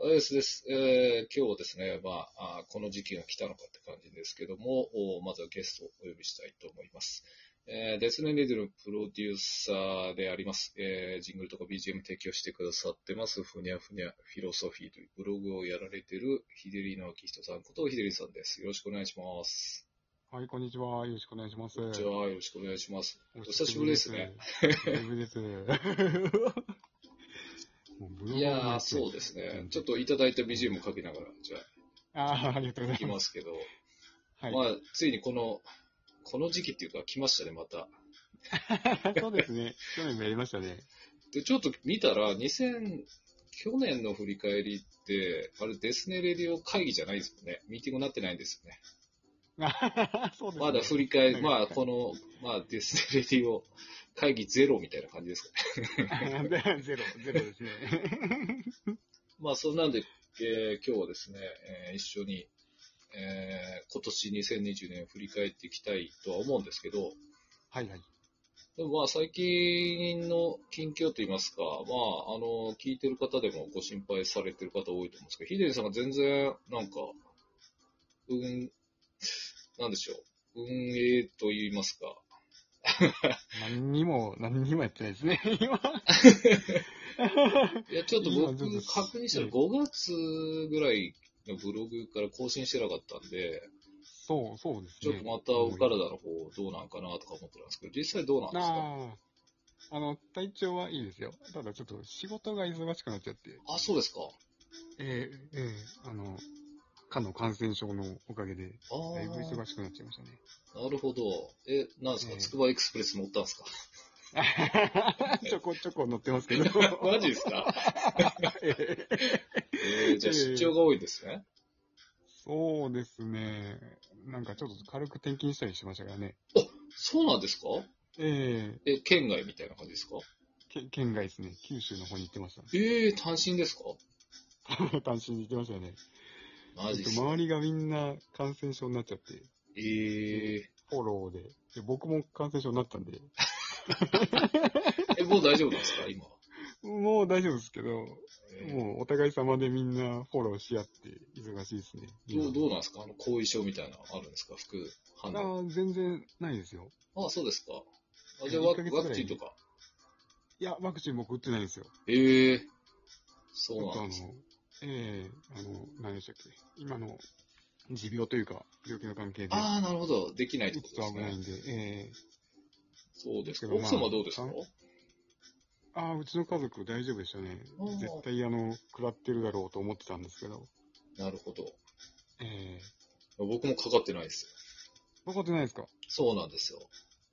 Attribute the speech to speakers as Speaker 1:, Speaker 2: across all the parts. Speaker 1: あですです。えー、今日はですね、まあ、あこの時期が来たのかって感じですけども、おまずはゲストをお呼びしたいと思います。えー、デスネネデルのプロデューサーであります、えー、ジングルとか BGM 提供してくださってます、ふにゃふにゃフィロソフィーというブログをやられてる、ひでりのあきひとさんことひでりさんです。よろしくお願いします。
Speaker 2: はい、こんにちは。よろしくお願いします。
Speaker 1: こんにちは。よろしくお願いします。お久しぶりですね。
Speaker 2: お久しぶりです。
Speaker 1: いやー、そうですね。ちょっといただいた BGM かけながら、じゃ
Speaker 2: あ、あありがとうございます。
Speaker 1: いきますけど、 はい、まあ、ついにこの、この時期っていうか、来ましたね、また。
Speaker 2: そうですね。去年もやりましたね。
Speaker 1: で、ちょっと見たら、2000、去年の振り返りって、あれ、デスネレディオ会議じゃないですよね。ミーティングになってないんですよね。
Speaker 2: そうですね、
Speaker 1: まだ振り返 り、まあ、この、まあ、デスネレディオ会議ゼロみたいな感じです
Speaker 2: かね。ゼロ、ゼロですね。
Speaker 1: まあ、そんなんで、えー、今日はですね、えー、一緒に、えー、今年2020年を振り返っていきたいとは思うんですけど、
Speaker 2: はいはい。
Speaker 1: でもまあ最近の近況といいますか、まあ、あの、聞いてる方でもご心配されてる方多いと思うんですけど、ヒデリさんが全然、なんか、うん、なんでしょう、運営と言いますか。
Speaker 2: 何にも、何にもやってないですね、 今。
Speaker 1: いや、ちょっと僕、確認したら5月ぐらいのブログから更新してなかったんで、
Speaker 2: そう、そうです
Speaker 1: ね。ちょっとまたお体の方どうなんかなとか思ってるんですけど、実際どうなんですか
Speaker 2: あの、体調はいいですよ。ただちょっと仕事が忙しくなっちゃって。
Speaker 1: あ、そうですか。
Speaker 2: えー、えー、あの、かの感染症のおかげで、だいぶ忙しくなっちゃいましたね。
Speaker 1: なるほど。え、なんですか、つくばエクスプレス乗ったんですか
Speaker 2: ちょこちょこ乗ってますけ ど。
Speaker 1: マジですかえー、じゃあ出張が多いですね。
Speaker 2: そうですね。なんかちょっと軽く転勤したりしましたからね。
Speaker 1: あ、そうなんですか
Speaker 2: え
Speaker 1: えー、え、県外みたいな感じですか
Speaker 2: け県外ですね。九州の方に行ってました、ね。
Speaker 1: ええー、単身ですか
Speaker 2: 単身に行ってましたね。
Speaker 1: マジっ
Speaker 2: 周りがみんな感染症になっちゃって。
Speaker 1: ええ
Speaker 2: ー、フォローでで。僕も感染症になったんで。
Speaker 1: え、もう大丈夫なんですか今。
Speaker 2: もう大丈夫ですけど、えー、もうお互い様でみんなフォローし合って忙しいですね。
Speaker 1: どうどうなんですかあの後遺症みたいなのあるんですか副反
Speaker 2: 応。あ全然ないですよ。
Speaker 1: ああそうですか。あじゃあワクチンとか
Speaker 2: いや、ワクチン僕打ってないですよ。
Speaker 1: ええー、そうなんです
Speaker 2: か。ええー、あの、何でしたっけ、今の持病というか、病気の関係で。
Speaker 1: ああ、なるほど、できないってことです
Speaker 2: ね。危ないんで、ええー、
Speaker 1: そうですか。奥様どうですか、ま
Speaker 2: あ、ああ、うちの家族大丈夫でしたね。絶対、あの、食らってるだろうと思ってたんですけど。
Speaker 1: なるほど。
Speaker 2: ええ
Speaker 1: ー、僕もかかってないですよ。
Speaker 2: かかってないですか
Speaker 1: そうなんですよ。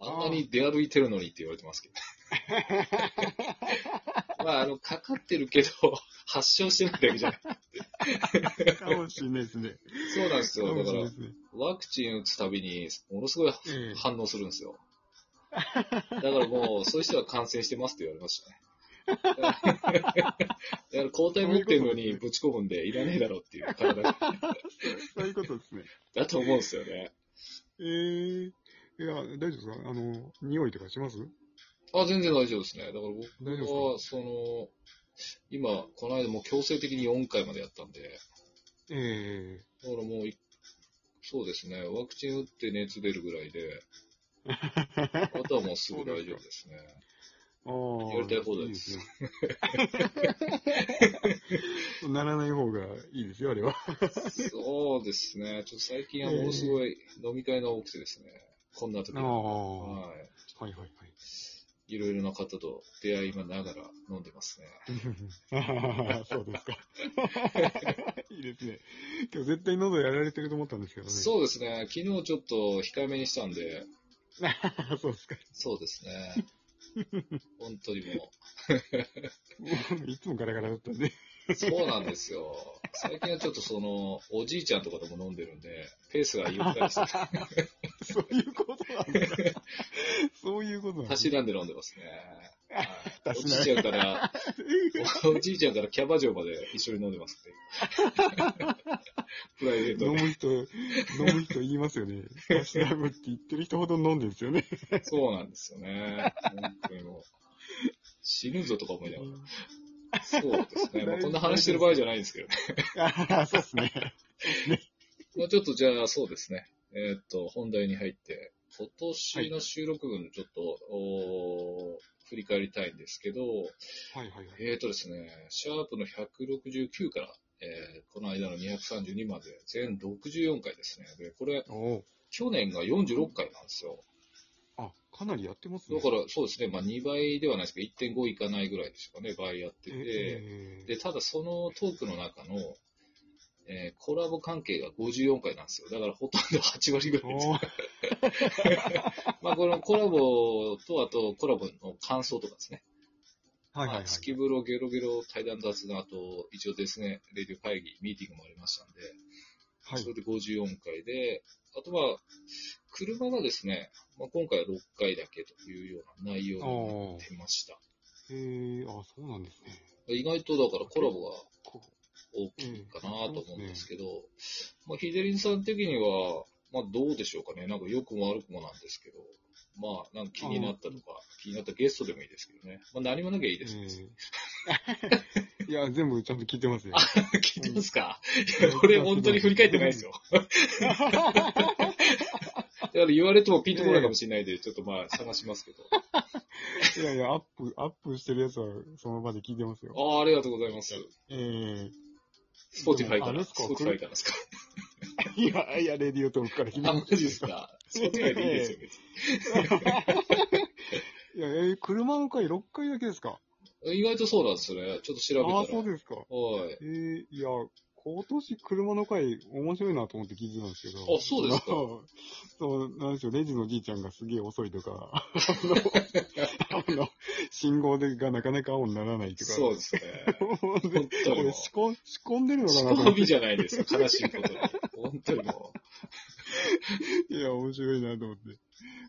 Speaker 1: あんなに出歩いてるのにって言われて ますけど。まあ、あの、かかってるけど、 発症してないだけじゃ
Speaker 2: ない。かもしれないですね。
Speaker 1: そうなんですよ。だから、ね、ワクチン打つたびに、ものすごい反応するんですよ。うん、だからもう、そういう人は感染してますって言われました ね。だから抗体持ってるのにぶち込むんで、いらねえだろっていう体が。
Speaker 2: そういうことですね。
Speaker 1: だと思うんですよね。
Speaker 2: えー、いや、大丈夫ですかあの、匂いとかします
Speaker 1: あ、全然大丈夫ですね。だから僕は、その、今、この間もう強制的に4回までやったんで、
Speaker 2: え
Speaker 1: えー、だからもう、そうですね、ワクチン打って熱出るぐらいで、あとはもうすぐ大丈夫ですね。
Speaker 2: あ
Speaker 1: やりたい放題です。いい
Speaker 2: です ね、ならない方がいいですよ、あれは。
Speaker 1: そうですね。ちょっと最近はものすごい飲み会が多くてですね、こんな時に。
Speaker 2: はい、はいはいはい。
Speaker 1: いろいろな方と出会いながら飲んでますね。
Speaker 2: そうですか。いいですね。今日絶対喉やられてると思ったんですけどね。
Speaker 1: そうですね。昨日ちょっと控えめにしたんで。
Speaker 2: そうですか。
Speaker 1: そうですね。本当にも
Speaker 2: う。いつもガラガラだったんで。。
Speaker 1: そうなんですよ。最近はちょっとその、おじいちゃんとかでも飲んでるんで、ペースがゆったりして
Speaker 2: そういうことなんですか。そういうことなん
Speaker 1: たしなんで飲んでますね。おじいちゃんから、 おじいちゃんからキャバ嬢まで一緒に飲んでます ね。プライベート
Speaker 2: 飲む人、飲む人言いますよね。たしなむって言ってる人ほど飲んでるんですよね。
Speaker 1: そうなんですよね。本当にもう。死ぬぞとか思いながら。そうです ね。まあ、こんな話してる場合じゃないんですけどね。
Speaker 2: ああ、そうですね。
Speaker 1: まあ、ちょっとじゃあ、そうですね。えーっと、本題に入って、今年の収録分ちょっと、おー振り返りたいんですけど、
Speaker 2: はいはいはい。
Speaker 1: えーっとですね、シャープの169から、えーこの間の232まで、全64回ですね。で、これ、
Speaker 2: おお。
Speaker 1: 去年が46回なんですよ。
Speaker 2: あ、かなりやってますね。
Speaker 1: だから、そうですね、まあ2倍ではないですけど、1.5いかないぐらいでしょうかね、倍やってて。
Speaker 2: ええ
Speaker 1: で、ただそのトークの中の、えーコラボ関係が54回なんですよ。だからほとんど8割ぐらいです。
Speaker 2: おー
Speaker 1: まあこのコラボと、あとコラボの感想とかですね。
Speaker 2: はいはい
Speaker 1: ま
Speaker 2: はい
Speaker 1: あ。月風呂ゲロゲロ対談雑談、あと一応ですね、レディオ会議、ミーティングもありましたんで、
Speaker 2: はい
Speaker 1: そ。れで54回で、あとは、車がですね、まあ、今回は6回だけというような内容になってました。
Speaker 2: えー、あ、そうなんですね。
Speaker 1: 意外とだからコラボが
Speaker 2: こ
Speaker 1: 大きいかなと思うんですけど、まあ、ヒデリンさん的には、まあ、どうでしょうかね、なんか良くも悪くもなんですけど、まあ、なんか気になったとか、気になったゲストでもいいですけどね、まあ、何もなきゃいい
Speaker 2: え
Speaker 1: です。
Speaker 2: ー いや、全部ちゃんと聞いてますよ。
Speaker 1: 聞いてますか、いや俺、本当に振り返ってないです よ。だから言われてもピンとこないかもしれないで、ちょっとまあ探しますけど。
Speaker 2: いやいや、アップ、アップしてるやつはその場で聞いてますよ。
Speaker 1: ああ、ありがとうございます。
Speaker 2: えー、
Speaker 1: スポーティファイか
Speaker 2: あ
Speaker 1: ら、
Speaker 2: れっ
Speaker 1: ス
Speaker 2: すか
Speaker 1: ポーティファイからですか。
Speaker 2: いや、いや、レディオトークから聞いて
Speaker 1: あ、
Speaker 2: ま
Speaker 1: マ
Speaker 2: す。
Speaker 1: ジですか。スポーティファイでいいですよ、別
Speaker 2: いや、えー、車の回6回だけですか
Speaker 1: に。意外とそうなんですね。ちょっと調べたら。
Speaker 2: ああ、そうですか。
Speaker 1: はい。
Speaker 2: えー、いや、今年車の回面白いなと思って聞いてたんですけど。
Speaker 1: あそうですか
Speaker 2: そう、なんですよ、レジのじいちゃんがすげえ遅いと か、あの、あの信号でがなかなか青にならないとか。
Speaker 1: そうですね。
Speaker 2: もうね
Speaker 1: 本当にも
Speaker 2: 俺
Speaker 1: う。
Speaker 2: 仕込ん、仕込んでるのかなと思
Speaker 1: 装
Speaker 2: って。
Speaker 1: 備じゃないですよ。悲しいことに。本当にもう。
Speaker 2: いや、面白いなと思って。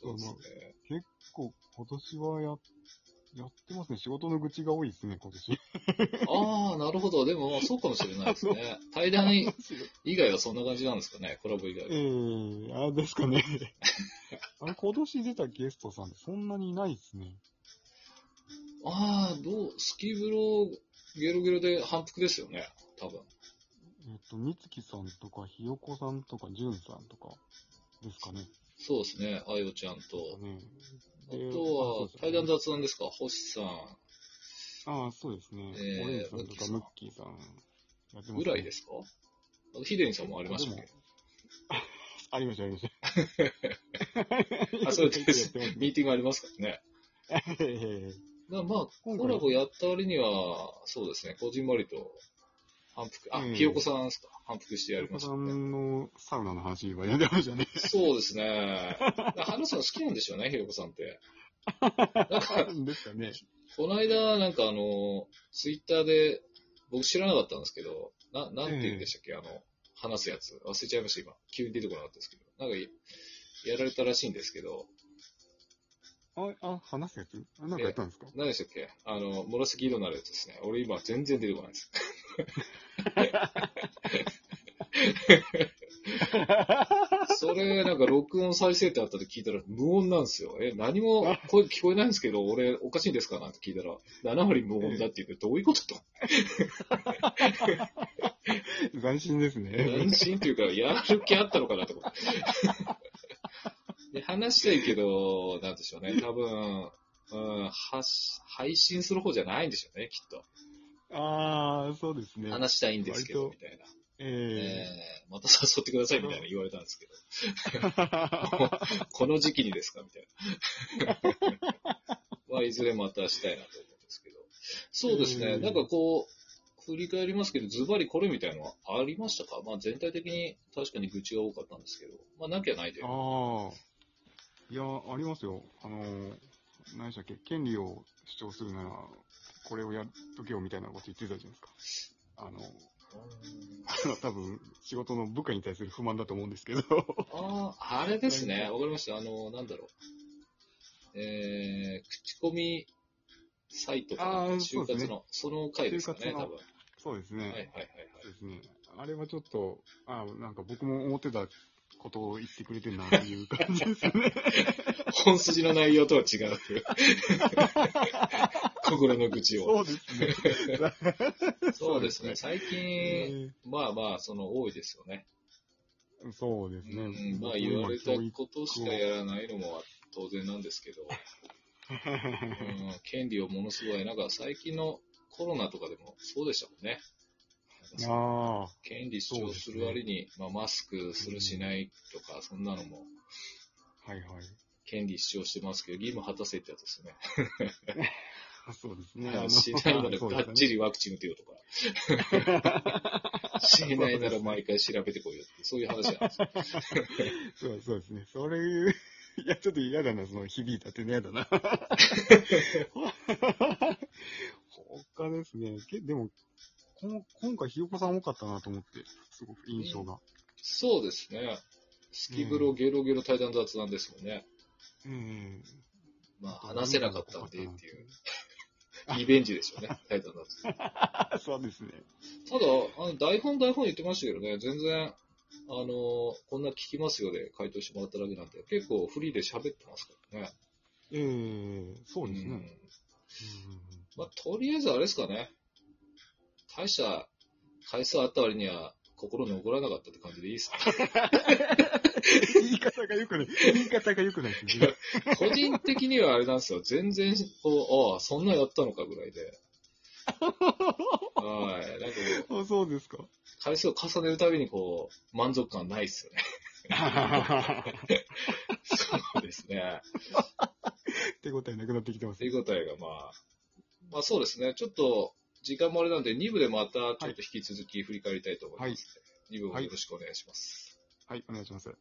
Speaker 1: そうですね。
Speaker 2: こう今年はや、やってますね。仕事の愚痴が多いですね、今年。
Speaker 1: ああ、なるほど。でも、そうかもしれないです ね。対談以外はそんな感じなんですかね。コラボ以外
Speaker 2: ええ
Speaker 1: は。
Speaker 2: あれですかね。あれ、今年出たゲストさんってそんなにいないですね。
Speaker 1: ああ、どう、スキーブロー、ゲロゲロで反復ですよね。多分。
Speaker 2: えっと、みつきさんとか、ひよこさんとか、じゅんさんとか、ですかね。
Speaker 1: そうですね。あよちゃんと。
Speaker 2: ね
Speaker 1: あとは、対談雑談ですか。星さん
Speaker 2: ああ、そうですね。
Speaker 1: えー
Speaker 2: オレンジさんとか、ム
Speaker 1: ム
Speaker 2: ッ
Speaker 1: ッ
Speaker 2: キーさん、やってます、
Speaker 1: ぐらいですかあとヒデンさんもありましたっけ
Speaker 2: ありました、ありまし
Speaker 1: あ
Speaker 2: た。
Speaker 1: そうです
Speaker 2: やって
Speaker 1: ミーティングありますからね。
Speaker 2: ますね。ええ
Speaker 1: だからまあ、
Speaker 2: 今
Speaker 1: コ
Speaker 2: 回
Speaker 1: ラボやった割には、そうですね、こじんまりと、反復、あ、
Speaker 2: うん
Speaker 1: ひよこさんですか反復してや
Speaker 2: ひよ
Speaker 1: りま
Speaker 2: こ
Speaker 1: し
Speaker 2: さ
Speaker 1: たね。
Speaker 2: んのサウナの話はやってましたね。
Speaker 1: そうですね。 だから話すの好きなんでしょうね、ひよこさんって。 なんか、
Speaker 2: ですかね。
Speaker 1: この間、なんかあの、ツイッターで、僕知らなかったんですけど、な、なんて言うんでしたっけ、あの、話すやつ。忘れちゃいました、今。急に出てこなかったですけど。なんか、やられたらしいんですけど、
Speaker 2: あ、あ、話すやつあなんかやったんですか
Speaker 1: 何でしたっけあの、紫色になるやつですね。俺今全然出てこないです。それ、なんか録音再生ってあったと聞いたら無音なんですよ。え、何も声聞こえないんですけど、俺おかしいんですかなんて聞いたら、7割無音だって言って、どういうことと。
Speaker 2: 斬新ですね。
Speaker 1: 安心というか、やる気あったのかなと思って。で話したいけど、なんでしょうね。多分、うん、発し配信する方じゃないんでしょうね、きっと。
Speaker 2: ああ、そうですね。
Speaker 1: 話したいんですけど、み
Speaker 2: 割
Speaker 1: たいな。え
Speaker 2: え
Speaker 1: ーまた誘ってくださいみたいな言われたんです けど、この時期にですかみたいな。 はいずれまたしたいなと思うんですけど。そうですね、
Speaker 2: うん
Speaker 1: なんかこう、振り返りますけど、ズバリこれみたいなのはありましたかまあ全体的に確かに愚痴が多かったんですけど、まあなきゃないで。
Speaker 2: えああ。いや、ありますよ。あのー、何でしたっけ、権利を主張するなら、これをやっとけよみたいなこと言ってたじゃないですか。あの、 あの多分、仕事の部下に対する不満だと思うんですけど。
Speaker 1: ああ、あれですね。わかりました。あの、なんだろう。えー、口コミサイトかな
Speaker 2: あー
Speaker 1: 就
Speaker 2: そうで
Speaker 1: 活
Speaker 2: すね
Speaker 1: の、その回ですかね、
Speaker 2: 就活
Speaker 1: 多
Speaker 2: の
Speaker 1: 分。
Speaker 2: そうです
Speaker 1: は
Speaker 2: ね。
Speaker 1: いはいはいはい。
Speaker 2: そうですね。あれはちょっと、あなんか僕も思ってたことを言ってくれてるなっていう感じですよね。
Speaker 1: 本筋の内容とは違 う。心の愚痴を。
Speaker 2: そうですね。
Speaker 1: そうですね。最近、
Speaker 2: え
Speaker 1: まあまあ、その多いですよね。
Speaker 2: ーそうですね。
Speaker 1: うん、まあ
Speaker 2: 僕
Speaker 1: 言われた
Speaker 2: も今教育
Speaker 1: ことしかやらないのも当然なんですけど、うん、権利をものすごい、なんか最近のコロナとかでもそうでしたもんね。
Speaker 2: ああ、
Speaker 1: 権利主張する割に、まあ、マスクするしないとか、そんなのも
Speaker 2: はいはい。
Speaker 1: 権利主張してますけど、義務果たせってやつですね。
Speaker 2: あそうですね。
Speaker 1: はい
Speaker 2: あの
Speaker 1: しないなら
Speaker 2: そう
Speaker 1: がっちりワクチン打てよとか。 しないなら毎回調べてこいよって、そういう話なんですよ。
Speaker 2: ですねそうそうですね。それ、いや、ちょっと嫌だな、その響いたってね、嫌だな。他ですね。けでも、この今回、ひよこさん多かったなと思って、すごく印象が。
Speaker 1: そうですね。スキブロゲロゲロ対談雑談ですもんね。
Speaker 2: うん。
Speaker 1: まあ、話せなかったんでっていう、
Speaker 2: うん
Speaker 1: リベンジでしょうね、対談雑談。
Speaker 2: あそうですね。
Speaker 1: ただ、あの台本、台本言ってましたけどね、全然、あのーこんな聞きますよで回答してもらっただけなんで、結構フリーで喋ってますからね。
Speaker 2: ええそうです
Speaker 1: う
Speaker 2: ね。
Speaker 1: んまあ、とりあえずあれですかね、大した回数あった割には心に怒らなかったって感じでいいですか、
Speaker 2: 言い方が良くない。言い方が良くないですね。
Speaker 1: ね、個人的にはあれなんですよ、全然、こう、ああ、そんなやったのかぐらいで。はい。なんかこう
Speaker 2: あ そうです か。
Speaker 1: 回数を重ねるたびにこう、満足感ないですよね。 そうですね。
Speaker 2: 手応えなくなってきてます
Speaker 1: 手。応えがまあ、まあそうですね。ちょっと、時間もあれなんで、2部でまたちょっと引き続き振り返りたいと思います。2部もよろしくお願いします。
Speaker 2: はい、お願いします。